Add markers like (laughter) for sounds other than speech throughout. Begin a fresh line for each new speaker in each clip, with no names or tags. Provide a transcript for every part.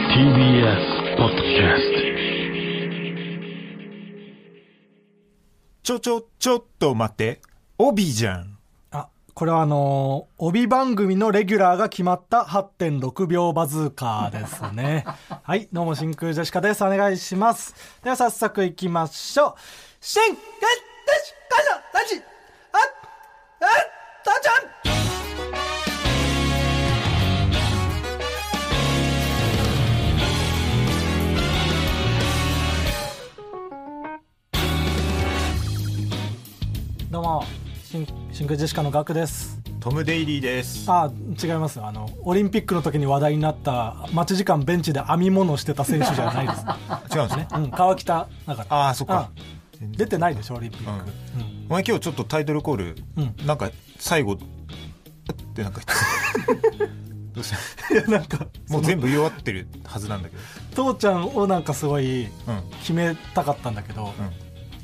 TBS ポッドキャス
ちょちょちょっと待って帯じゃん
あ、これはあのー帯番組のレギュラーが決まった8.6秒バズーカーです
(laughs)
ね。はい、どうも真空ジェシカです。お願いします。では早速行きましょう。真空ジェシカのラジ、あ、あ、父ちゃんどうも、真真空ジェシカのガクです。
トム・デイリーです
あ違いますあのオリンピックの時に話題になった待ち時間ベンチで編み物をしてた選手じゃない
(laughs)
です、
違うんですね
うん、川北だから
ああそっか
うん出てないでしょオリンピック、うん
お前今日ちょっとタイトルコール、
う
なんか最後ってなんか (laughs) どうした (laughs)
いやなんか
もう全部弱ってるはずなんだけど
父ちゃんをなんかすごい
うんうん
決めたかったんだけど、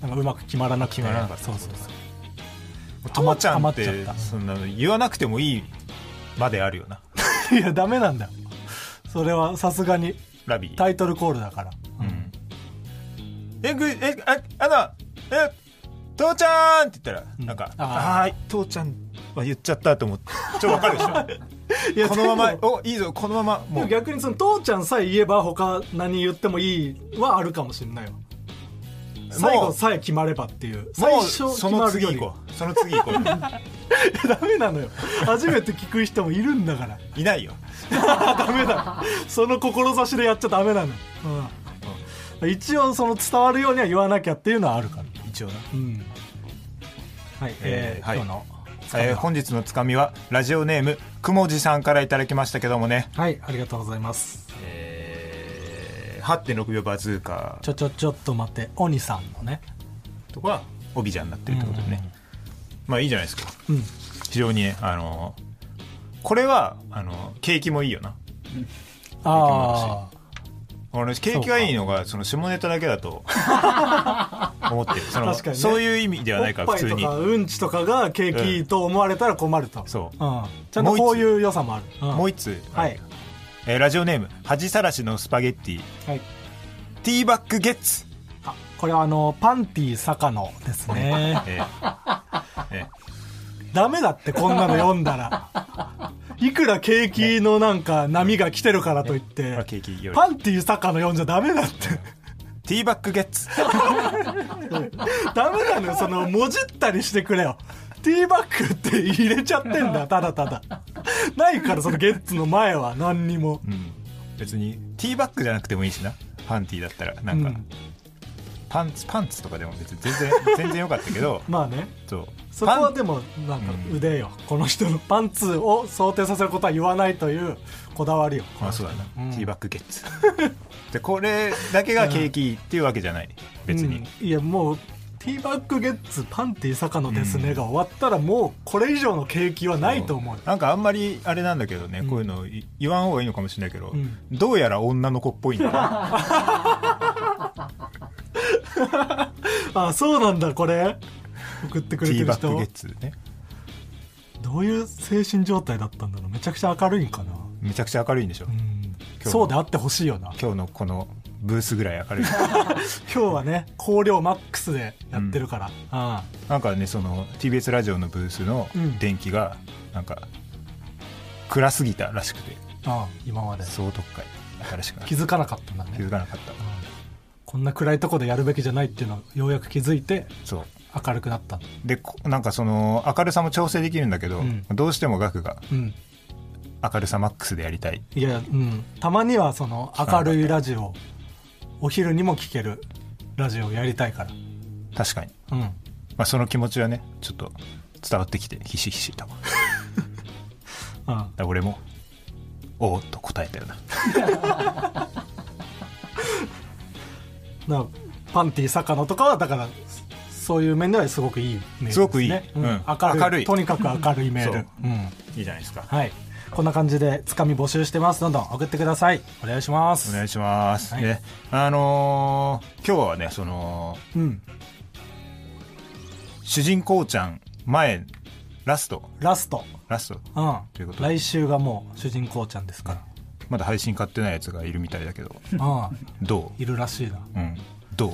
なんかうまく決まらなくて
決まらなかった
そうそうそう
友ちゃんっ
溜ま
て
っちゃった
そんなの言わなくてもいいまであるよない
やダメなんだよそれはさすがに
ラビー
タイトルコールだから
うんえぐえああのえ父ちゃんって言ったら、
ん
なんか「
あー
はーい父ちゃんは言っちゃった」と思ってちょっとわかるでし
いや
ょこのまま
で
「
も
お (laughs) いいぞこのまま
で
も
も
う
逆にその父ちゃんさえ言えば他何言ってもいいはあるかもしれないよ最後さえ決まればっていう最
もう
初決
そ
ま
の
る
次
より
行こうその次行こう
(laughs) ダメなのよ初めて聞く人もいるんだから
(laughs) いないよ
あダメだその志でやっちゃダメなのよ、うん一応その伝わるようには言わなきゃっていうのはあるから
一応な
うんはい
え
えー
ーはい
今日の
えー本日のつかみはラジオネームくもじさんからいただきましたけどもね、
はいありがとうございます
えー、8.6秒バズーカ
ちょちょちょっと待って鬼さんのね
ーとかは帯じゃんになってるってことでね、まあいいじゃないですか
うん
非常にねあのこれはあの景気もいいよな
ああ
俺景気がいいのがその下ネタだけだ
(laughs)
と思ってるその
確かにね
そういう意味ではないから
おっ
普
ぱ
通
いと
に
かうんちとかが景気いいと思われたら困ると、
そう
うん、ちゃんとこういう良さもある
もう
一
一つ、
はい
えーラジオネーム「恥さらしのスパゲッティ
はい
ティーバッグゲッツ」
あこれはあのパンティ坂野ですね
えーえ
ダメだってこんなの読んだらいくら景気のなんか波が来てるからといっ
ーこれ景
て
気より
パンティ坂野読んじゃダメだって
(laughs) ティーバッグゲッツ
ダメなのよそのもじったりしてくれよティーバッグって入れちゃってんだただただないからそのゲッツの前は何にも
うん別にティーバッグじゃなくてもいいしなパンティーだったらなんか、
うん
パンツパンツとかでも別に全然全然良かったけど
(laughs) まあね
そう
そこは
パン
でもなんか腕よ、この人のパンツを想定させることは言わないというこだわりよ
あそうだな、
うん
ティーバッグゲッツ (laughs) でこれだけが景気いいっていうわけじゃない別に、
うんいやもうティーバッグゲッツパンティ坂野ですねが終わったらもうこれ以上の景気はないと思う、
なんかあんまりあれなんだけどね、こういうのい言わん方がいいのかもしれないけど、
ん
どうやら女の子っぽいんだな
あそうなんだこれ送 (laughs) ってく
ティ
れて
ー
る
バッ
人
グゲッツね
どういう精神状態だったんだろうめちゃくちゃ明るいんかな
めちゃくちゃ明るいんでしょ、
うん
の
そうであってほしいよな
今日のこのブースぐら
(laughs)
い明るい
今日はね香料マックスでやってるから、あ
なんかねその TBS ラジオのブースの
うん
電気がなんか暗すぎたらしくて
あああ今まで
総特会新しくなっ
気
た
づかなかったんだ
気
ね
づかなかった
こんな暗いとこでやるべきじゃないっていうのをようやく気づいて
そう
明るくなった
でこなんかその明るさも調整できるんだけど、
うん
どうしてもガクが
うん
明るさマックスでやりたい
いや、うん。たまにはその明るいラジオ、お昼にも聴けるラジオをやりたいから。
確かに、
うん。
まあ、その気持ちはねちょっと伝わってきてひしひしと
うん。
だ俺も「おお」と答えたよな
なパンティ坂野とかは、だから、そういう面ではすごくいいメールです、ね。
すごくいい
うん
うん
明るい
明るい
とにかく明るいメール。。
そううんいいじゃないですか
はい。こんな感じで、つかみ募集してます。どんどん送ってください。お願いします。
お願いします、
はい
ねあのー今日はねその
うん。
主人公ちゃん前ラスト
ラスト。
ラスト
うん。
ということで
来週がもう主人公ちゃんですから。
まだ配信買ってないやつがいるみたいだけど
ああ
ど
いるらしいな
ううんどう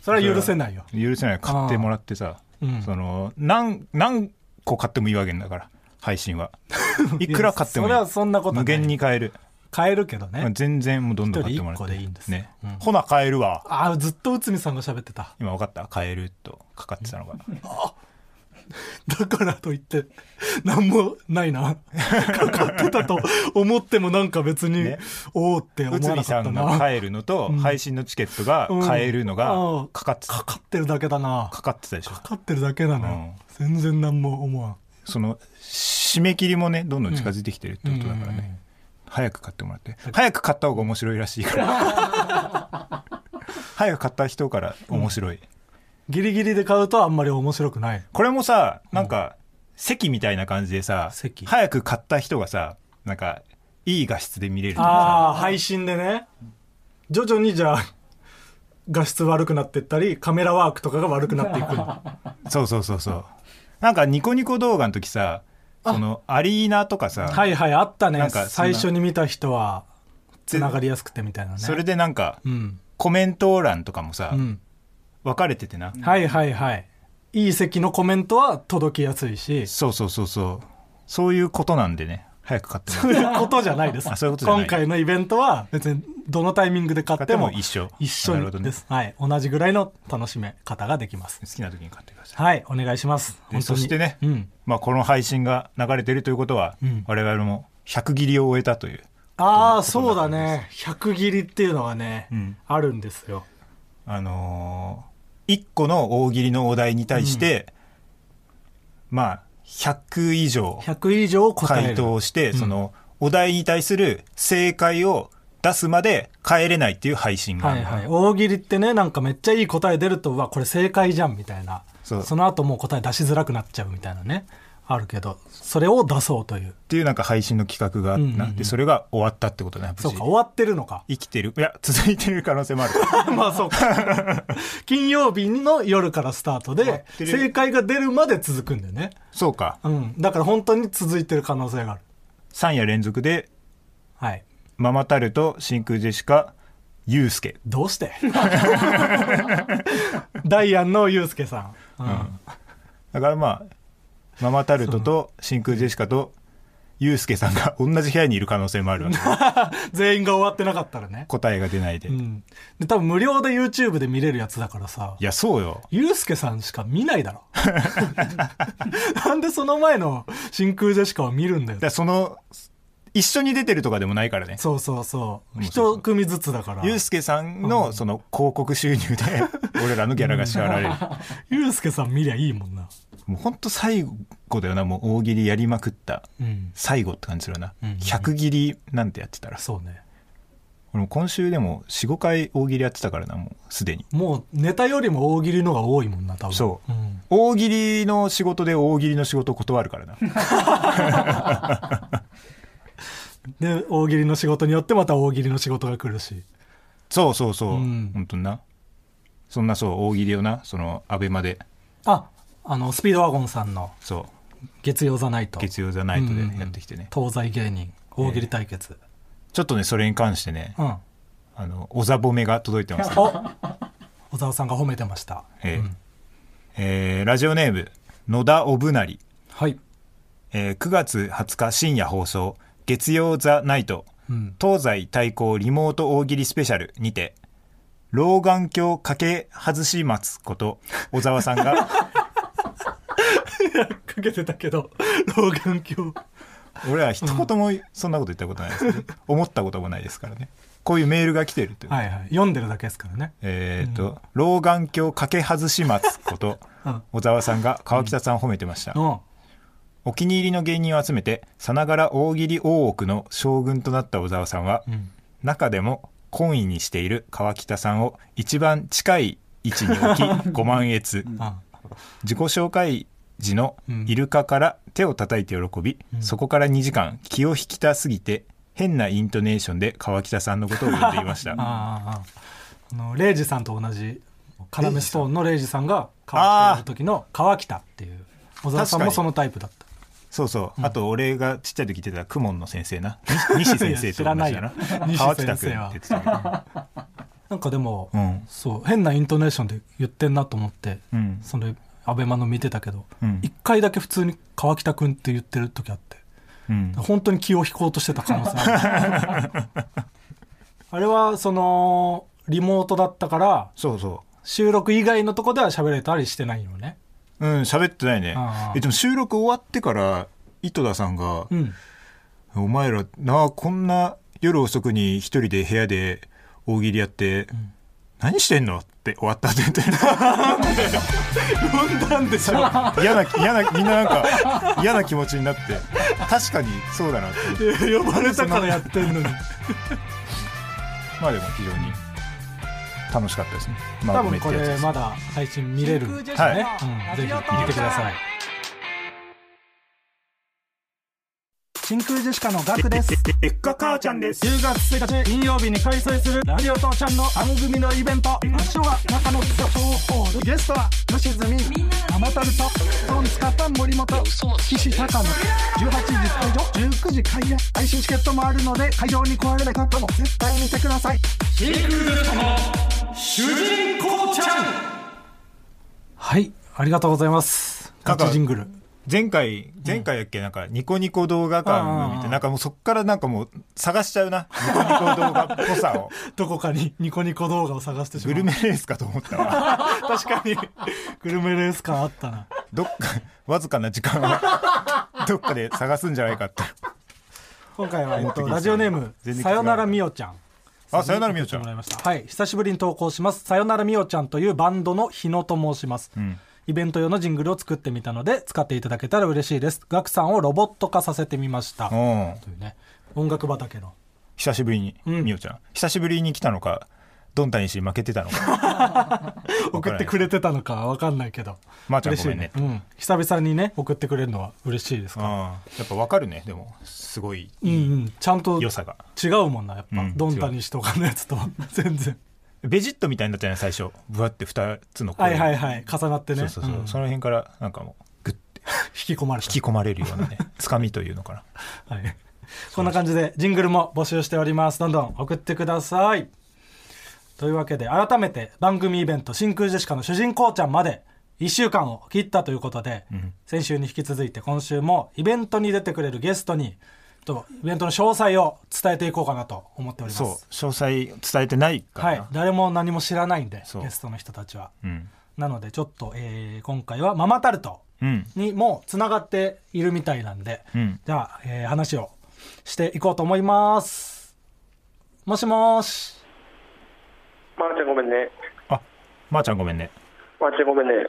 それは許せないよ
許せない買ってもらってさ、
うん
その何何個買ってもいいわけだから配信はいくら買ってもいい
(laughs) いやそれはそんなことない
無限に買える
買えるけどね、
まあ全然もうどんどん買ってもらって
一人一個でいいんですよ
ね
うん
ほな買えるわ
ああずっと内海さんが喋ってた
今分かった買えるとかかってたの
(laughs)
が
だからといって何もないなかかってたと思ってもなんか別に、
ね
おおって思
内
わな
海
か
さ
った
ん
な
が買えるのと配信のチケットが買えるの
うんう
が
ん
かかってた
かかってるだけだな
かかってたでしょ
かかってるだけなのよ、全然何も思わん
その締め切りもねどんどん近づいてきてるってことだからね、早く買ってもらって早く買った方が面白いらしいから
(laughs)
早く買った人から面白い、
ギリギリで買うとあんまり面白くない
これもさなんか席みたいな感じでさ
席
早く買った人がさなんかいい画質で見れると
あ
か
あ配信でね徐々にじゃあ画質悪くなってったりカメラワークとかが悪くなって
(laughs)
いくの
さそうそうそうそうなんかニコニコ動画の時さそのアリーナとかさ、
はいはいあったね
なんかそん
最
な
初に見た人はつ
ぜ
ながりやすくてみたいなね
それでなんか
うん
コメント欄とかもさ、
うん
分かれててな、
はいはいはいいい席のコメントは届きやすいし
そうそうそうそうそういうことなんでね早く買ってもらって
そういうことじゃないです
あそういうことじゃない
今回のイベントは別にどのタイミングで買っても
買っても一緒
一緒
なるほど
で
ね
す、はい同じぐらいの楽しめ方ができます
好きな時に買ってください。
はいお願いします
で
本当
そ
に
してね、
うん
まあ、この配信が流れてるということは、
うん
我々も100切りを終えたという
ああそうだね100切りっていうのはね、
うん
あるんですよ
あの1個の大喜利のお題に対して、まあ100以上
100以上答え
回
る
答をして、そのお題に対する正解を出すまで帰れないっていう配信があ
は
る
い
の、
はい大喜利ってねなんかめっちゃいい答え出るとうわこれ正解じゃんみたいな
そう
の後もう答え出しづらくなっちゃうみたいなねあるけどそれを出そうという
っていうなんか配信の企画があってな、
うんうんうん
でそれが終わったってことだね無
そう
事
か終わってるのか
生きてるいや (laughs) 続いてる可能性もある
(laughs) まあそうか (laughs) 金曜日の夜からスタート
わっ
で
てる
正解が出るまで続くんだよね
そうか
うんだから本当に続いてる可能性がある
3夜連続で
はい
ママタルト真空ジェシカユウスケ
どう (laughs) してダイアンのユうスケさん、うん
だからまあママタルトと真空ジェシカとユウスケさんが (laughs) 同じ部屋にいる可能性もあるわけ
全員が終わってなかったらね、
答えが出ないで、
う
い
ん、で多分無料で YouTube で見れるやつだからさ
やそうよ
ユうスケさんしか見ないだろ (laughs) なんでその前の真空ジェシカを見るんだよ
だからその一緒に出てるとかでもないからね
そうそうそう
面白い
一組ずつだから
ユウスケさんのその広告収入
(laughs)
で俺らのギャラが支払われる
ユうスケさん見りゃいいもんな
もうほんと最後だよなもう大喜利やりまくった
うん
最後って感じするな
うんうんうん
100切りなんてやってたら
そうね
俺も今週でも45回大喜利やってたからなもうすでに
もうネタよりも大喜利のが多いもんな多分
そうん大喜利の仕事で大喜利の仕事を断るから
(laughs)
な
で大喜利の仕事によってまた大喜利の仕事が来るし
そうそうそう、
うん
本当になそんなそう大喜利をなそのアベマで
ああのスピードワゴンさんの
そ
月曜ザナイト
う月曜ザナイトで
うんうん
やってきてね、
東西芸人大喜利対決、
ちょっとねそれに関してね
うん
あのおざぼめが届いて
(laughs)
ます、ね
お小沢さんが褒めてました
えええーラジオネーム野田おぶなり、
はい、
えー9月20日深夜放送月曜ザナイト
うん、
東西対抗リモート大喜利スペシャルにて老眼鏡かけ外し松こと小沢さんが
(laughs) かけてたけど老眼鏡
俺は一言もそんなこと言ったことないですね、思ったこともないですからねこういうメールが来てるという、
はいはい読んでるだけですからね
えーっと、老眼鏡かけ外し松こと
うん
小沢さんが川北さんを褒めてました、
うん
お気に入りの芸人を集めてさながら大喜利大奥の将軍となった小沢さんは、
ん
中でも懇意にしている川北さんを一番近い位置に置き
(laughs)
ご満悦、
あ
自己紹介時の
うん
イルカから手を叩いて喜び、そこから2時間気を引きたすぎて変なイントネーションで川北さんのことを呼んでいましたあ
(laughs) あああのレイジさんと同じカラメストーンのレイジさんが川北やる時の川北っていう小沢さんもそのタイプだった
ーそうそう、あと俺がちっちゃい時言ってた公文の先生
(laughs)
なに西先生と同じだな
知らないよ
川北君
西先生は
って言ってた
なんかでも、
けどうん
そう変なイントネーションで言ってんなと思って、
うん
それアベマの見てたけど
うん
一、回だけ普通に「川北君」って言ってる時あって
うん、
本当に気を引こうとしてた可能性ある (laughs) あれはそのリモートだったから
そうそ
収録以外のとこでは喋れたりしてないよね
ううん喋ってないね
ああ
えでも収録終わってから井戸田さんが
うん
お前らなあこんな夜遅くに一人で部屋で大喜利やって、何してんのって終わったって言
(laughs)
って
分断でしょ
嫌な嫌なみんななんか嫌な気持ちになって確かにそうだなって
(laughs) 呼ばれたからやってんのに
(laughs) まあでも非常に楽しかったですねま
多
あ
分こ
ごめんって
れ
やつ
まだ配信見れる
真空ジェシ
カの
はい、うん、ぜひ
ラジオトーク
聞いてください真空ジェシカのガクです
でっか母ちゃんです
10月1日金曜日に開催するラジオ父ちゃんの番組のイベント場所は中野区東ホールゲストは吉住天たるとトンツカタン森本岸高野18時会場19時開演配信チケットもあるので会場に来られない方も絶対見てください真空ジェシカの主人公ちゃんはいありがとうございます
なんか
ガチジングル
前回前回だっけなんかニコニコ動画館みたい
ああ
ななんかもうそっからなんかもう探しちゃうなニコニコ動画っぽさ
(laughs)
を
どこかにニコニコ動画を探してし
グルメレースかと思ったわ
(laughs) 確かにグルメレース感あったな
どっかわずかな時間を
(laughs)
どっかで探すんじゃないかって
今回は、えっと、
思ってきて
ラジオネーム
全然違う
さよならみおちゃん
あさよならみおちゃ
送ってもらい
ん
ましたはい久しぶりに投稿しますさよならみおちゃんというバンドの日野と申します、
ん
イベント用のジングルを作ってみたので使っていただけたら嬉しいですガクさんをロボット化させてみましたと
おう
いうね音楽畑の
久しぶりに
うん
みおちゃん久しぶりに来たのかどんたにし負けてたの
(laughs)
か
送ってくれてたのか分かんないけど
まーちゃん
嬉しい
ご
うん、久々にね送ってくれるのは嬉しいですから
ああやっぱわかるねでもすごい
うんうんちゃんと
良さが
違うもんなやっぱ、
うん
どんたにしとかのやつと全然
ベジットみたいになったじゃない最初ぶわって2つの
はいはい
い
はい重なってね
そうそうそう、
ん
その辺からなんかもうグッて
引き込まれた
引き込まれるような
(laughs)
ねつかみというのかな
はい、こんな感じでジングルも募集しておりますどんどん送ってくださいというわけで改めて番組イベント「真空ジェシカの主人公ちゃん」まで1週間を切ったということで、先週に引き続いて今週もイベントに出てくれるゲストにとイベントの詳細を伝えていこうかなと思っております
そう詳細伝えてないから
は
な、
い、誰も何も知らないんで
そう
ゲストの人たちは
うん、
なのでちょっと、えー今回はママタルト
うん、
にもつながっているみたいなんで、
うん
じゃあ、えー話をしていこうと思いますもしもーし
まー、ちゃんごめんね。
あまー、ちゃんごめんね
まー、ちゃんごめんね。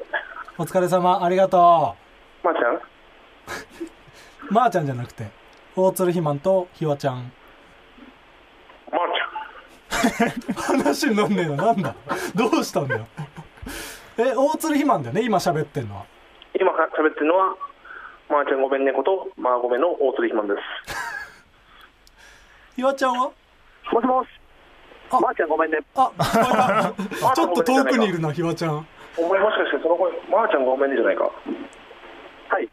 お疲れ様ありがと
まー、ちゃん
うまー、ちゃんじゃなくて大鶴ひまんとひわちゃん
まー、ちゃん。
話になんねえななんだどうしたんだよえ大鶴ひまんだよね今喋ってんのは
今か喋ってるのは、まー、ちゃんごめんねこと、まーごめの大鶴ひまんです。
ひわちゃんは
もしもし。
あ
まー、ちゃんごめんね。
あ聞こえたちょっと遠くにいるなひわちゃん
お前もしかしてその声、まー、ちゃんごめんねじゃないか。はい。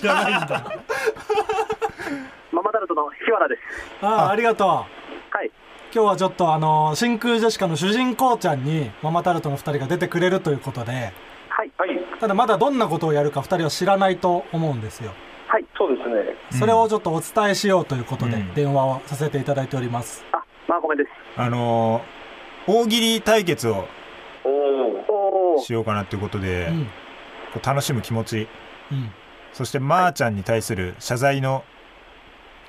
じゃないんだ
ママタルトの日原です。
ああありがとう
はい。
今日はちょっとあのー真空ジェシカの主人公ちゃんにママタルトの2人が出てくれるということで
はい。はい。
ただまだどんなことをやるか2人は知らないと思うんですよ
はい。そうですね。
それをちょっとお伝えしようということで
うん
電話をさせていただいております、
あ、まーごめんです。
(laughs) あのー大喜利対決を
おお。おお。
しようかなということで、
うん
こう楽しむ気持ち
うん
そしてまー、ちゃんに対する謝罪の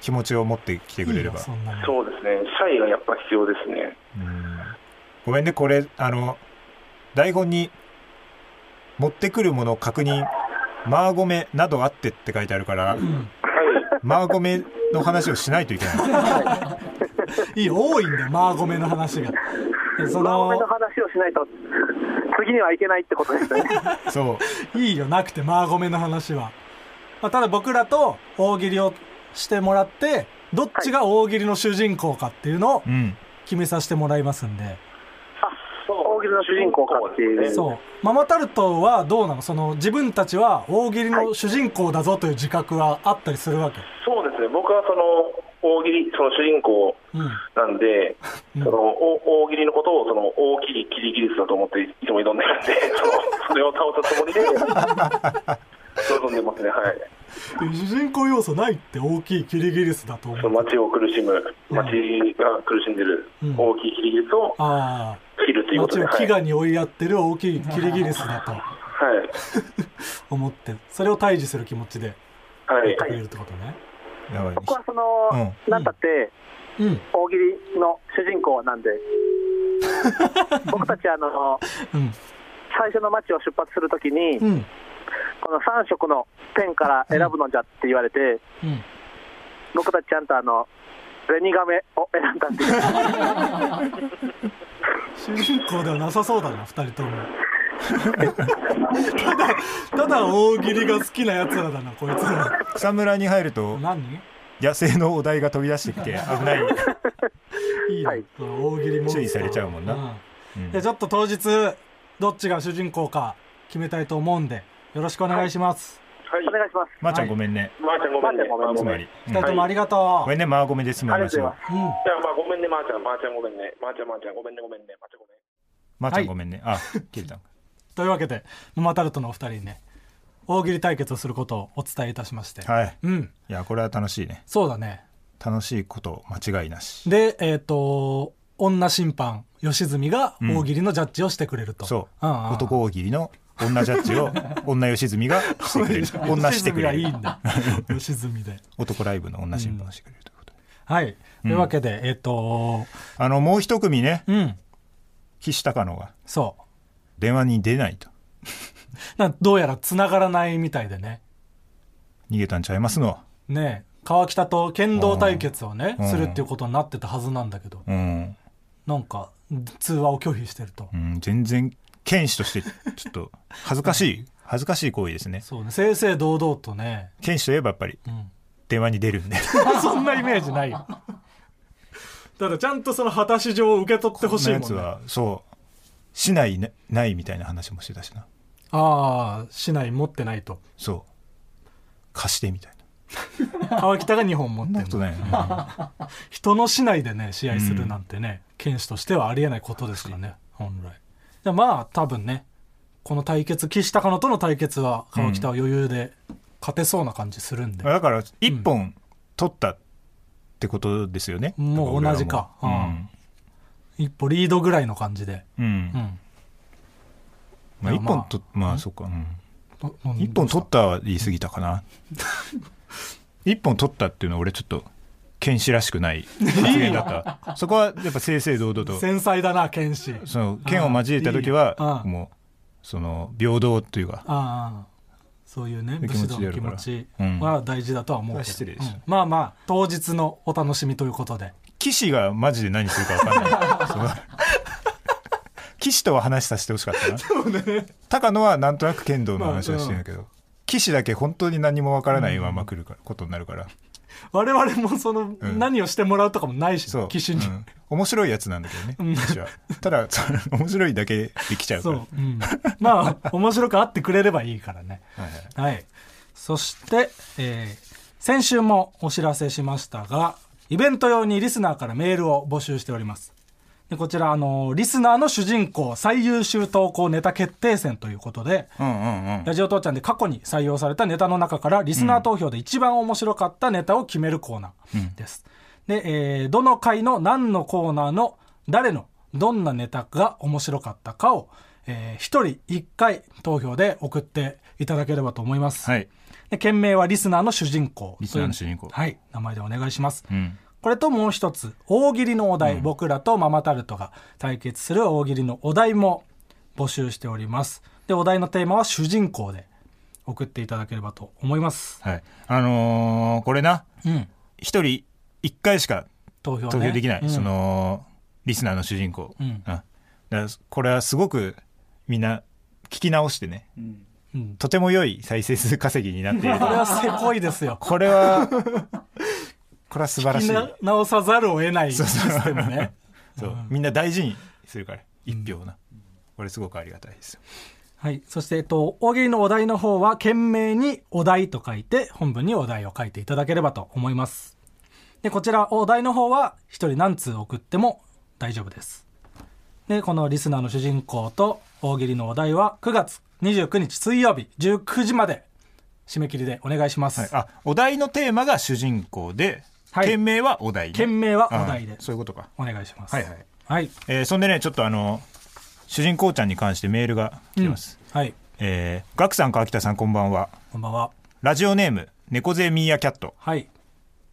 気持ちを持ってきてくれれ
いい
ば
よそんなの
そうですね。シャイがやっぱ必要ですね。
うんごめんね、これ、あの、台本に、持ってくるもの確認、マーゴメなどあってって書いてあるから、
はい。
マーゴメの話をしないといけない。
いいよ多いんだよマーゴメの話がでそ
マーご
の
めの話をしないと、次にはいけないってことです (laughs) ね。
そう。
いいよなくてマーゴメの話は、まあ、ただ僕らと大喜利をしてもらってどっちが大喜利の主人公かっていうのを
うん。
決めさせてもらいますんで、
あ、そう。大喜利の主人公かっていう。
そうママタルトはどうなのその自分たちは大喜利の主人公だぞという自覚はあったりするわけ、
そうですね、僕はその大喜利、その主人公
うん
なんで、
うん
そのお大喜利のことをその大きいキリギリスだと思っていつも挑んでるんで、そのそれを倒すつもりで、臨んでますね、はい。
主人公要素ないって大きいキリギリスだと思
そうの街を苦しむ、街が苦しんでる
うん
大きいキリギリスを
あ
切ると
あ
いうこ
街
とで、
を飢
はい
餓に追いやってる大きいキリギリスだと
はい
思ってそれを対峙する気持ちで
は
やっ
い
てくれるってことね、
やばい
僕はその、
う
なんだって
うん
大喜利の主人公な
(laughs)
んで僕たちあの
うん
最初の街を出発するときに、
うん
この3色のペンから選ぶのじゃって言われて、
うん
僕たちちゃんとあのゼニガメを選んだんで
主人公ではなさそうだな2人とも (laughs) ただただ大喜利が好きなやつらだなこいつら
草むらに入ると
何
野生のお題が飛び出してきて危ない、
いいよ、
はい
大喜利も
注意されちゃうもんなうん
じゃあちょっと当日どっちが主人公か決めたいと思うんでよろしくお願いします、
お願いします
まー、ちゃんごめんね、
まーちゃんごめんね、
まーちゃんご
つま
ま
めんね
あ
り、う
二
ん
人ともありがと
ご
う、
めんねマーゴメで済まいましょう
うん
いやまあごめんねまーちゃんまーちゃんごめんねまーちゃんまーちゃんごめんねごめんねまーちゃんごめんね
まーちゃ
は
ん
い
ごめんね、あ切れたのか
というわけでママタルトのお二人にね大喜利対決をすることをお伝えいたしまして、
はい
うん
いやこれは楽しいね
そうだね
楽しいこと間違いなし
でえっ、と女審判吉住が大喜利のジャッジをしてくれると、
そう、
んんん
男大喜利の女ジャッジ
(laughs)
を女吉住がしてくれる女してくれ
吉住がいい
る
んだ
(laughs)
吉住で
男ライブの女審判をしてくれるということで、
はいというわけでえっ、と
あのもう一組ね
うん
岸高野が
そう
電話に出ないと
なんどうやら繋がらないみたいでね
逃げたんちゃいますの
ねえ川北と剣道対決をね、
うん
するっていうことになってたはずなんだけど、
うん、
なんか通話を拒否してると、
うん、全然剣士としてちょっと恥ずかしい恥ずかしい行為ですね
そうね正々堂々とね、 (laughs)
剣士といえばやっぱり
うん、
電話に出るんで
そんなイメージないよただちゃんとその果たし状を受け取ってほし
そ
い
の
もん
や
ね
つはそう市内なないみたいな話もしてたしな
ああ市内持ってないと
そう貸してみたいな
川北が2本持っ
そん
て
な
る
ことないよね
人の市内でね試合するなんてね、剣士としてはありえないことですからね本来でまあ多分ねこの対決岸高野との対決は川北は余裕で勝てそうな感じするんで、
だから一本取ったってことですよね、
もう
だら
同じか
俺らも
一歩リードぐらいの感じで、
うん、うん
うん、
まあ、一
いやまあ
本とまあそっか、うん、
どどん
一本取ったは言い過ぎたか (laughs) な一本取ったっていうのは俺ちょっと剣士らしくない発言だったそこはやっぱ正々堂々と
繊細だな剣士
その剣を交えた時は
ああ
もうその平等というか
ああそういう
そ
ね
ういう
武
気持
士
ち
道
で
の
や
気
るから
持ちは大事だとは思うけど、
うん失礼です
うんまあまあ当日のお楽しみということで
騎士がマジで何するか分かんないその騎士とは話させてほしかったな高野はなんとなく剣道の話はしてるんだけど、騎士だけ本当に何も分からないまま来るから、ことになるから
我々もその、
うん
何をしてもらうとかもないし
そう
騎士に、
うん面白いやつなんだけどね私はただその面白いだけできちゃうか
そ
ら
う、うん、まあ面白くあってくれればいいからね
(laughs) はいはい
はいそして、えー先週もお知らせしましたがイベント用にリスナーからメールを募集しておりますでこちらあのリスナーの主人公最優秀投稿ネタ決定戦ということで、
うんうんうん
ラジオ父ちゃんで過去に採用されたネタの中からリスナー投票で一番面白かったネタを決めるコーナーです。で、えーどの回の何のコーナーの誰のどんなネタが面白かったかを、えー一人一回投票で送っていただければと思います。
はい
で件名はリスナーの主人公という。
リスナーの主人公
はい。名前でお願いします。
うん
これともう一つ、大喜利のお題、僕らとママタルトが対決する大喜利のお題も募集しております。で、お題のテーマは主人公で送っていただければと思います。
はいあのーこれな
うん。
一人一回しか
投票、ね、
投票できない、
うん
そ、のリスナーの主人公、
うん
だからこれはすごくみんな聞き直してね
うん
とても良い再生数稼ぎになってい
(laughs)
る
これはせこいですよ。
これはこれは素晴らしい
聞き直さざるを得ないシ
(laughs) そうそう
ステムね。
そうみんな大事にするから一票な、これすごくありがたいですよ
はい。そして、えっと、大喜利のお題の方は、懸命にお題と書いて、本文にお題を書いていただければと思います。で、こちら、お題の方は、一人何通送っても大丈夫です。で、このリスナーの主人公と大喜利のお題は、9月29日水曜日19時まで、締め切りでお願いします。
はい、あお題のテーマが主人公で、
はい
件名はお題ね、
件名はお題で
うんそういうことか、
お願いします。
はいはい
はい。
えーそんでねちょっとあの主人公ちゃんに関してメールが来てます、
はい。
えーガクさんか秋田さんこんばんは
こんばんは。
ラジオネーム猫背ミーアキャット
はい。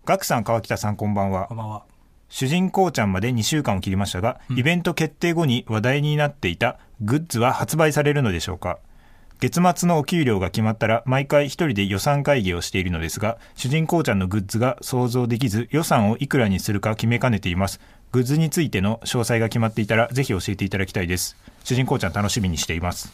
ガクさん川北さんこんばんは
こんばんは。
主人公ちゃんまで2週間を切りましたが、イベント決定後に話題になっていたグッズは発売されるのでしょうか月末のお給料が決まったら毎回一人で予算会議をしているのですが主人公ちゃんのグッズが想像できず予算をいくらにするか決めかねていますグッズについての詳細が決まっていたらぜひ教えていただきたいです主人公ちゃん楽しみにしています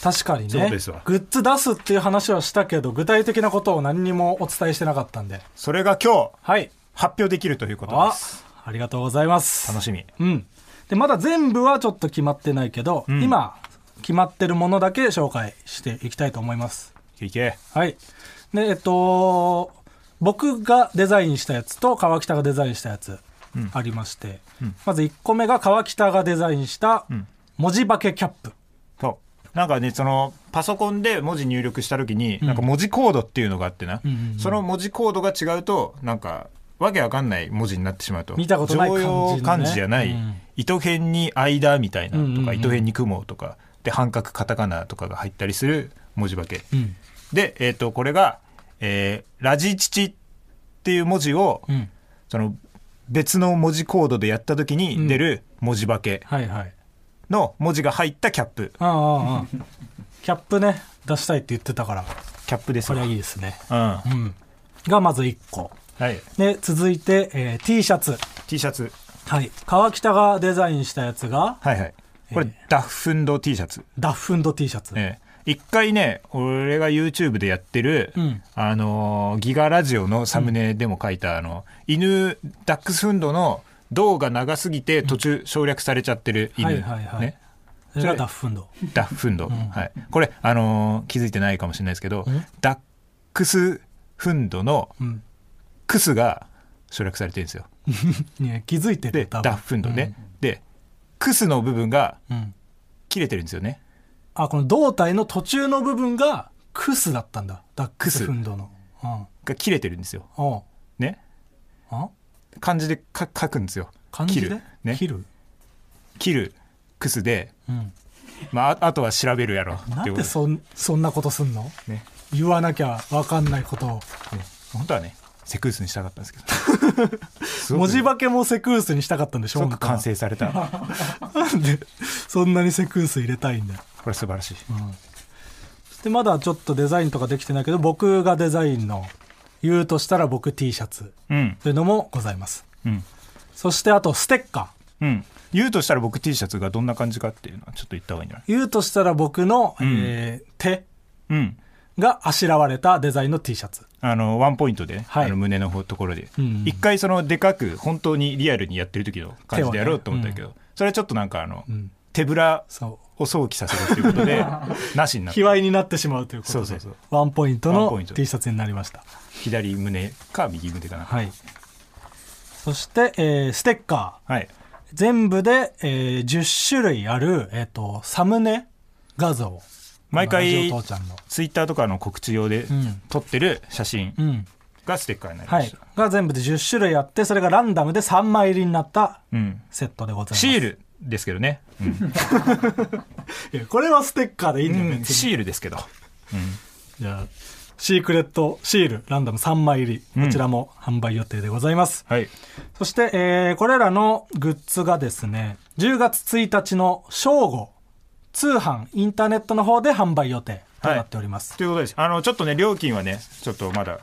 確かにね
そうですわ
グッズ出すっていう話はしたけど具体的なことを何にもお伝えしてなかったんで
それが今日
はい
発表できるということで
あ
す
ありがとうございます
楽しみ
うんでまだ全部はちょっと決まってないけど、今決まってるものだけ紹介していきたいと思います
いけ
はいでえっと僕がデザインしたやつと川北がデザインしたやつありまして、まず1個目が川北がデザインした文字化けキャップ、
そうなんかねそのパソコンで文字入力した時に、なんか文字コードっていうのがあってな、
んうんうん
その文字コードが違うとなんかわけわかんない文字になってしまうと
見たことない漢字のね
常用漢字じゃない、
うん
糸辺に間みたいなとか、
うんうんうん
糸辺に雲とかで半角カタカナとかが入ったりする文字化け、
うん
で、えー、とこれが、えーラジチチ」っていう文字を、
うん、
その別の文字コードでやった時に出る文字化け
はいはい
の文字が入ったキャップ、
ああああああキャップね出したいって言ってたから
キャップです
そ
わ
れはいいですね
うんは
うんがまず1個
い
で続いて、えー T シャツ
T シャツ
はい川北がデザインしたやつが
はいはいこれ、
え
ダッフンド T シャツ
ダッフンド T シャツ、
ええ一回ね俺が YouTube でやってる、
うん
あのーギガラジオのサムネでも書いた、あの犬ダックスフンドの胴が長すぎて途中省略されちゃってる犬、
はいはいはい
ね
それがダッフンド
ダッフンド、はい、これ、あのー気づいてないかもしれないですけど、
ん
ダックスフンドの
うん
クスが省略されてるんですよ
ね気づいて
で
る
ダ
多分
ッフンドね、でクスの部分が
うんうん
切れてるんですよね
あこの胴体の途中の部分がクスだったんだダック
クス
スフンドのうん
が切れてるんですよ
おう
ね
あ
漢字でか書くんですよ
漢字
切
で
る,、ね、
切る
切るクスで、
うん
まあ、ああとは調べるやろって
なん
こと
でそんそんなことすんの
ね
言わなきゃ分かんないことを
ね本当はねセクウスにしたかったんですけ
(laughs)
どすご
文
く
字化けもセクウスにしたかったんでし
す
ょ
ごく完成された
本当はなんでそんなにセクウス入れたいんだよ
これ素晴らしい、
でまだちょっとデザインとかできてないけど僕がデザインの言うとしたら僕 T シャツ
うん
というのもございます
うん
そしてあとステッカー
うん、言うとしたら僕 T シャツがどんな感じかっていうのはちょっと言った方がいいんじゃない
言うとしたら僕の、えー手
うん
があしらわれたデザインの T シャツ
あのワンポイントで、
はい
あの胸のほうところで、
うん
一回そのでかく本当にリアルにやってる時の感じでやろうと思ったけど、それはちょっとなんかあの、
ん
手ぶら
そ
を想起させるということでなしに
う
なっ
卑
た
猥になってしまうということで
そうそう
ワンポイント
ワン
の
ポイント
T シャツになりました
左胸か右胸かな
はいそして、えーステッカー
はい
全部で、えー10種類ある、えー、とサムネ画像
毎回
ラジオ父ちゃんの、
ツイッターとかの告知用で
ん
撮ってる写真
うん
がステッカーになり
は
まし
い
た、、
が全部で10種類あってそれがランダムで3枚入りになった
うん、
セットでございます
シールですけどね、うん
ルこれはステッカーでいいんだよね、
うんシールですけど
じゃあシークレットシールランダム3枚入りこちらも販売予定でございます、
はい
そして、えーこれらのグッズがですね10月1日の正午通販インターネットの方で販売予定となっております、
ということですあのちょっとね料金はねちょっとまだ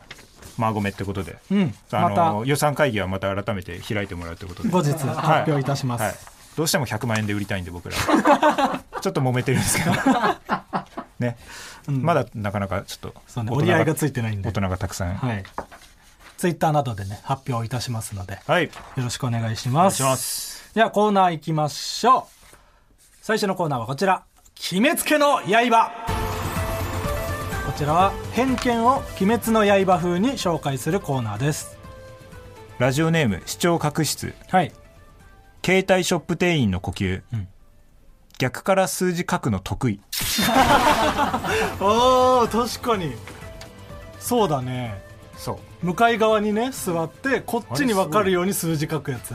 マーゴメってことで、
うん
あ
また
の予算会議はまた改めて開いてもらうということで
後日発表いたします、
はいはいどうしても100万円で売りたいんで
(laughs)
僕らちょっと揉めてるんですけどね、まだなかなかちょっと
そうね
大人
折り合いがついてないんで
大人がたくさんはい、
はい。ツイッターなどでね、発表いたしますので、よ
はい、
ろしくお願いします。
お願いします
ではコーナー行きましょう。最初のコーナーはこちら「決めつけの刃」こちらは偏見を「鬼滅の刃」風に紹介するコーナーです
ラジオネーム視聴覚室
はい
携帯ショップ店員の呼吸、逆から数字書くの得意
あー確かにそうだね
そう
向かい側にね座ってこっちに分かるように数字書くやつ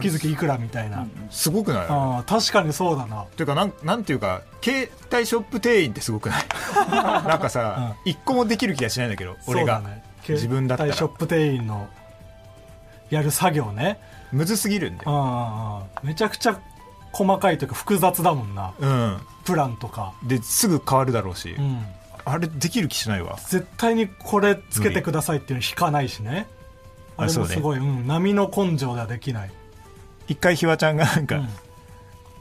月々いくらみたいな、
すごくない
ああ確かにそうだな
ていうかなんなんていうか携帯ショップ店員ってすごくない (laughs) なんかさ、一個もできる気がしないんだけど俺が、
そうだね
自分だったら
携帯ショップ店員のやる作業ね
むずすぎるんで
うんうんうんめちゃくちゃ細かいというか複雑だもんな
うん
プランとか
ですぐ変わるだろうし、
うん
あれできる気しないわ
絶対にこれつけてくださいっていうの引かないしね
あ
あれもすごい、うん、波の根性ではできない、
一回ひわちゃんがなんか、
うん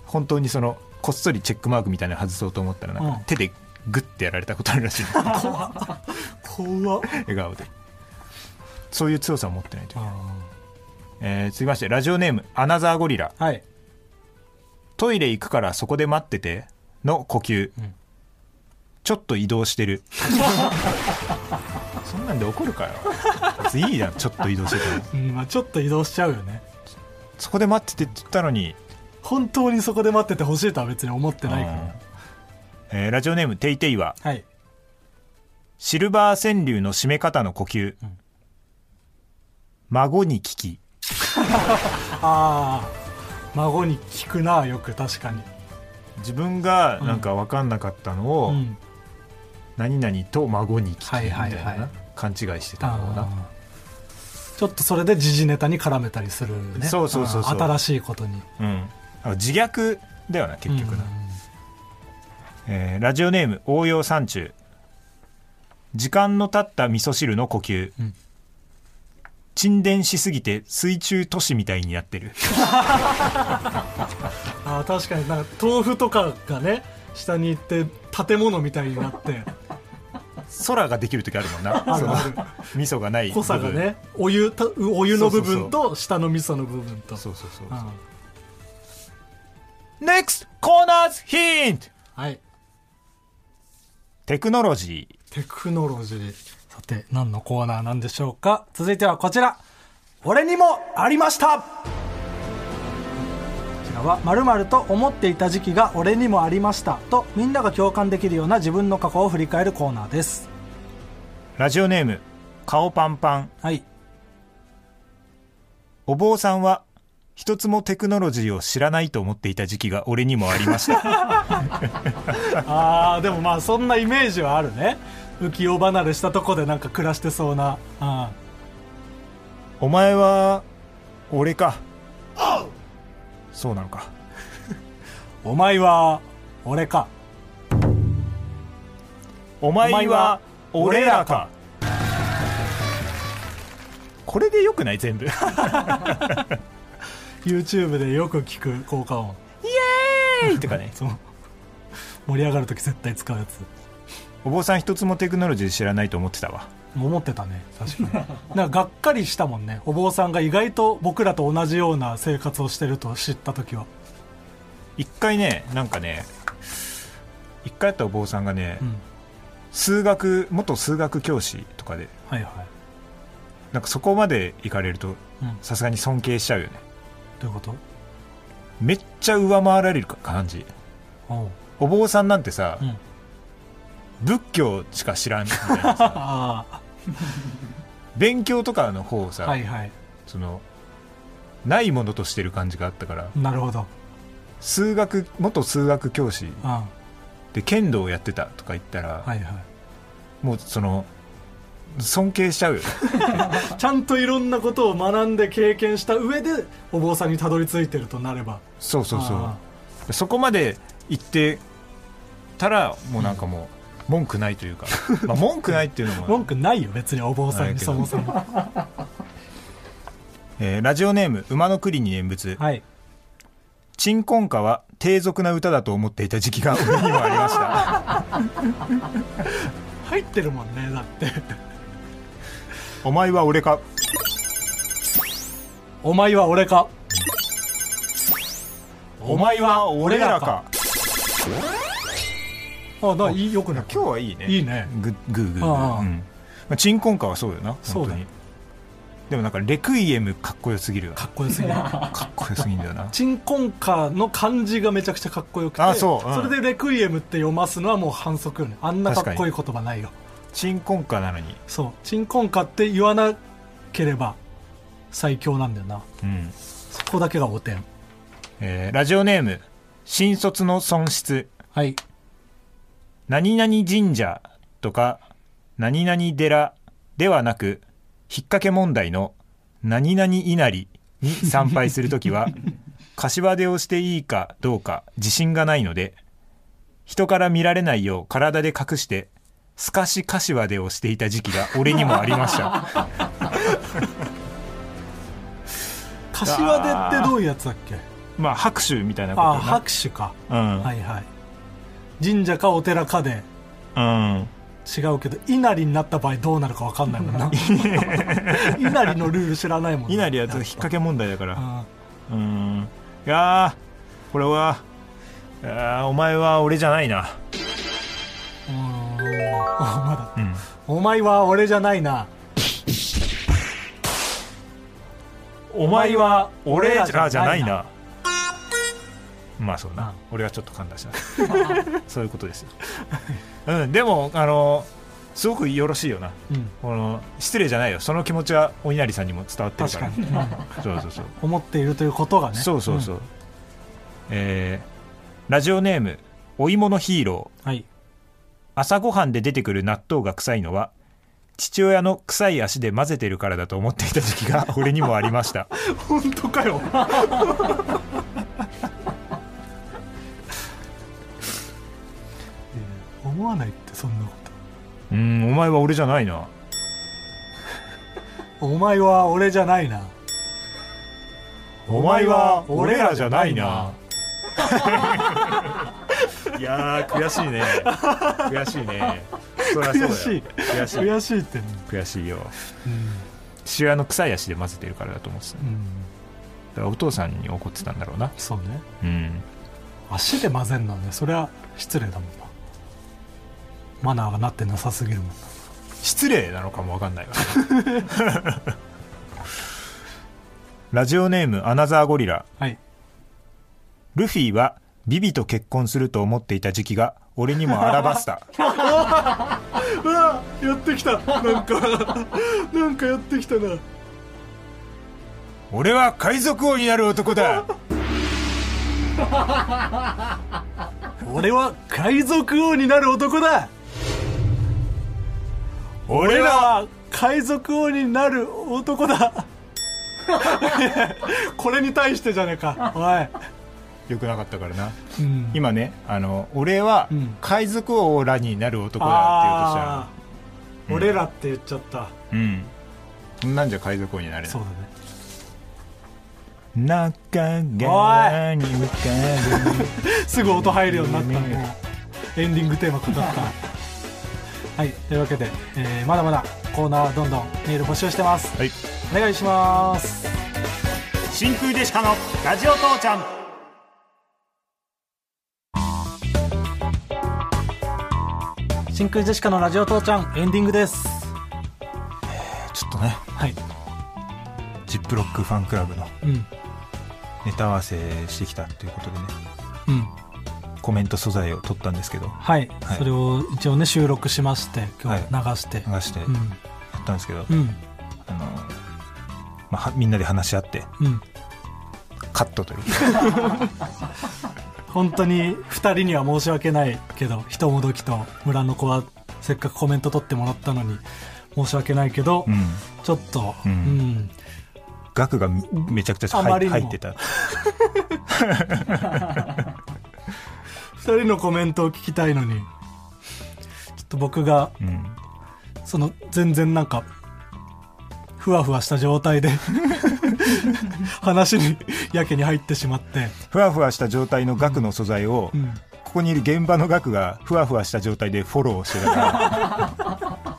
本当にそのこっそりチェックマークみたいなの外そうと思ったらなんか、
うん
手でグッてやられたことあるら
(laughs)
しい
怖っ
笑顔でそういう強さを持ってないというう、
ん
えー続きましてラジオネームアナザーゴリラ
はい
トイレ行くからそこで待ってての呼吸、
ん
ちょっと移動してるそんなんで怒るかよ別にいいじゃんちょっと移動してても
うんまあ、ちょっと移動しちゃうよね
そこで待っててって言ったのに
本当にそこで待っててほしいとは別に思ってないか
うん
ら
えーラジオネームテイテイは
はい
シルバー川柳の締め方の呼吸、孫に聞き
ああ孫に聞くなよく確かに、
自分がなんか分かんなかったのを、
うん、
何々と孫に聞き
はい
み
は
た
い
い
はい
なな勘違いしてたのか
あーちょっとそれで時事ネタに絡めたりするね
そうそうそうそう
あー新しいことに
な、うん、あ自虐だよな結局な、
うん
えーラジオネーム応用山中時間の経った味噌汁の呼吸、
ん
沈殿しすぎて水中都市みたいになってる
あー確かになんか豆腐とかがね下に行って建物みたいになって
空ができる時あるもんな
(laughs) ある
その
ある
味噌がない
濃さが
部分
ねお湯たお湯の部分と下の味噌の部分と
そうそうそう
うん
NEXT コーナーズヒント
はい
テクノロジー
テクノロジーさて何のコーナーなんでしょうか続いてはこちら俺にもありましたこちらは〇〇と思っていた時期が俺にもありましたとみんなが共感できるような自分の過去を振り返るコーナーです
ラジオネーム顔パンパン
はい
お坊さんは一つもテクノロジーを知らないと思っていた時期が俺にもありました
あーでもまあそんなイメージはあるね浮世離れしたとこでなんか暮らしてそうな、うん、
お前は俺かそうなのか
お前は俺か
お前
お前は
は俺らかこれでよくない全部
YouTube でよく聞く効果音
とかね
そう盛り上がるとき絶対使うやつ
お坊さん一つもテクノロジー知らないと思ってたわ
思ってたね確かになんかがっかりしたもんねお坊さんが意外と僕らと同じような生活をしてると知った時は
一回ねなんかね一回やったお坊さんがね、
うん
数学元数学教師とかで
はいはい
なんかそこまで行かれると
うん
さすがに尊敬しちゃうよね
どういうこと
めっちゃ上回られる感じ
おう (laughs)
お坊さんなんてさ、
うん
仏教しか知らんみたい
(laughs)
なさ
あ
勉強とかの方を
あ
さ、
はいはい
そのないものとしてる感じがあったから
なるほど
数学元数学教師
うんは
で剣道をやってたとか言ったら、
いはい
もうその尊敬しちゃうよ
(laughs)
ね
ちゃんといろんなことを学んで経験した上でお坊さんにたどり着いてるとなれば
そうそう
あ
そうそこまで行ってたらもうなんかもう文句ないというか、まあ、文句ないっていうのも
(laughs) 文句ないよ別にお坊さんにそもそも
えーラジオネーム馬の栗に念仏
はい
「鎮魂歌は低俗な歌だと思っていた時期が俺にもありました
入ってるもんねだって
お前は俺か
お前は俺か
お前は俺らか
あだいいよくない
今日はいいね
いいね
ググーグーグ
あ
ー
あ
うんまあ鎮魂歌はそうよな
そう
本
だ
当
よ
にでもなんかレクイエムかっこよすぎるよ
か
な
っこ
(laughs)
よすぎる
かっこよすぎんだよな
チンコンカの漢字がめちゃくちゃかっこよくて
あそううん
それで「レクイエム」って読ますのはもう反則よねあんなかっこいい言葉ないよ
(laughs) 鎮魂歌なのに
そう「チンコンカ」って言わなければ最強なんだよな
うん
そこだけが汚点
えーラジオネーム新卒の損失
はい
何々神社とか何々寺ではなく引っ掛け問題の何々稲荷に参拝するときは柏手をしていいかどうか自信がないので人から見られないよう体で隠して透かし柏手をしていた時期が俺にもありました
柏手ってどういうやつだっけ
まあ拍手みたいなこと
あ
な
拍手か、
うん、
はいはい神社かお寺かで
うん
違うけど稲荷になった場合どうなるか分かんないもんな稲荷のルール知らないもんな
稲荷はちょっと引っ掛け問題だか
う
ら
ん
うんいやーこれはあーお前は俺じゃないな
うーんあまだ
うん
お前は俺じゃないな
お前は俺らじゃないなまあそうな、
うん
俺はちょっと噛んだし (laughs) なそういうことですよ、うん、でもあのすごくよろしいよな
うん
この失礼じゃないよその気持ちはお稲荷さんにも伝わってる
確
か
からに、うん
そうそう (laughs) そう
思っているということがね
そうそうそうう、えーラジオネームお芋のヒーロー
んはい
朝ごはんで出てくる納豆が臭いのは父親の臭い足で混ぜてるからだと思っていた時期 (laughs) が俺にもありました
本当か (laughs) よ思わないってそんなこ
うんお前は俺じゃないな
とお前は俺じゃないな
お前は俺らじゃないな。 (laughs) いやー悔しいね。悔しいね。そりゃそうだよ
悔しい
悔しい。
悔しいってね
悔しいよ。
う
父親の臭い足で混ぜてるからだと思ってた。だ
ん、うん、
からお父さんに怒ってたんだろうな。
そうね
うん。
足で混ぜんのねそれは失礼だもんなマナーがなってなさすぎるもんな
失礼なのかもわかんないわ。 (laughs) ラジオネームアナザーゴリラ。
はい
ルフィはビビと結婚すると思っていた時期が俺にもアラバス (laughs) タ。
うわやってきたなんかなんかやってきたな
俺は海賊王になる男だ
俺は海賊王になる男だ
俺
俺
ら
は海賊王になる男だ (laughs) これに対してじゃねえかお、
よくなかったからない
うん、
今ねあの俺は
うん
海賊王らになる男だっ
あー、俺らって言っちゃった、
ていうことじゃんうんなんじゃ海賊王になれな
そ
いう
だね
中川に向か
すぐ音入るようになったもうエンディングテーマかかったはいというわけで、えーまだまだコーナーはどんどんメール募集してます
るはい
お願いします
真空デシカのラジオ父ちゃん
真空ジェシカのラジオ父ちゃんエンディングです
ちょっとね
はい
ジップロックファンクラブの
うん
ネタ合わせしてきたということでね
うん
コメント素材を取ったんですけど
はい、
はい
それを一応ね収録しまして今日流して、
流してやったんですけど、
うんうん
あのまあはみんなで話し合って
うん
カットという
(laughs) 本当に2人には申し訳ないけど人もどきと村の子はせっかくコメント取ってもらったのに申し訳ないけど、
うん
ちょっと、
うん
うん、
額がめめちゃくちゃ
あまり
入
にも
入ってた
2人のコメントを聞きたいのにちょっと僕が
うん
その全然なんかふわふわした
(laughs)
状態で話にやけに入ってしまって、
ふわふわした状態の額の素材を、
うん
ここにいる現場の額がふわふわした状態でフォローしてたから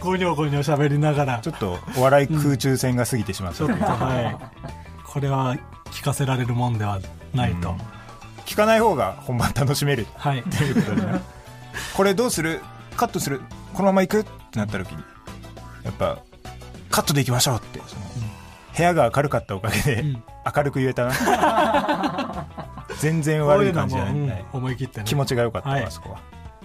ごにょごにょ喋りながら
ちょっとお笑い空中戦が過ぎてしまった、
ちょっとはいこれは聞かせられるもんではないと
聞かない方が本番楽しめる
(laughs) はい
っていうことですねこれどうするカットするこのまま行くってなった時にやっぱカットでいきましょうってその、部屋が明るかったおかげで、
うん
明るく言えたな
(laughs)
全然
こう
悪
い
いう
の
感じじ
も
ゃない、
うん
はい
思い切ってね
気持ちが良かった、
はい
あそこは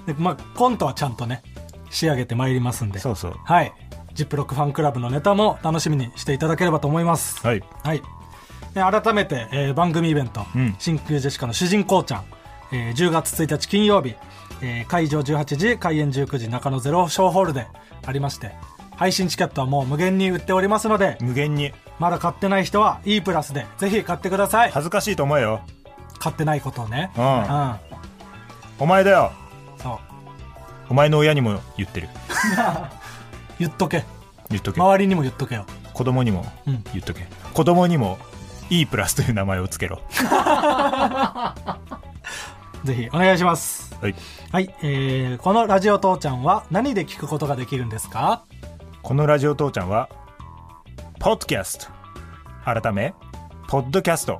でまあコントはちゃんとね仕上げてまいりますんで
そうそう
はいジップロックファンクラブのネタも楽しみにしていただければと思います
はい
はい、で改めて、えー番組イベント「
うん
真空ジェシカの主人公ちゃん」えー10月1日金曜日、えー会場18時開演19時中野ゼロ小ホールでありまして配信チケットはもう無限に売っておりますので
無限に
まだ買ってない人は E プラスでぜひ買ってください
恥ずかしいと思えよ
買ってないことをね
うん
う
お前だよ
んそう
お前の親にも言ってる
言っとけ
言っとけ
周りにも言っとけよ
子供にも
うん
言っとけ、子供にも E プラスという名前をつけろ
ぜひお願いします
はい
はい、えーこの「ラジオ父ちゃん」は何で聞くことができるんですか
このラジオ父ちゃんは、ポッドキャスト。改め、ポッドキャスト。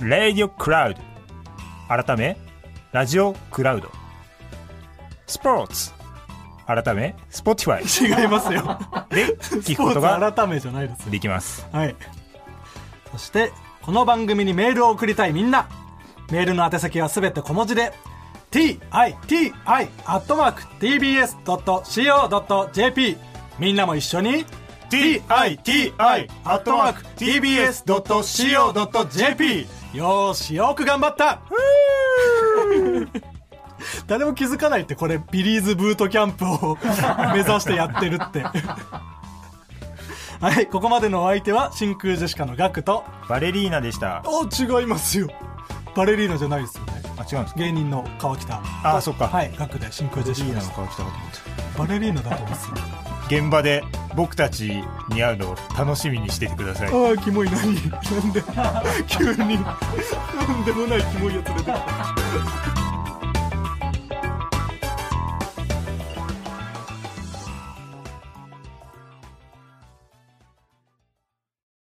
レイディオクラウド。改め、ラジオクラウド。スポーツ。改め、スポティファ
違います (laughs) よ
イで聞
ス
く
ポ
こと
ー
が
ツ改めじゃないですよ
できます。
はいそしてこの番組にメールを送りたいみんなメールの宛先はすべて小文字で titi.tbs.co.jp みんなも一緒に titi.tbs.co.jp よーしよく頑張った (laughs) 誰も気づかないってこれビリーズブートキャンプを (laughs) 目指してやってるってはいここまでのお相手は真空ジェシカのガクと
バレリーナでした。
あ違いますよバレリーナじゃないですよね
あ、違うんですか
芸人の川北
あそっか
はいガクで真空ジェシ
リー
カで
ナの顔来
し
たかと思って
たバレリーナだと思います
現場で僕たちに会うのを楽しみにしててください。
ああキモい
(laughs)
何なんで急になんでもないキモいやつ出てきた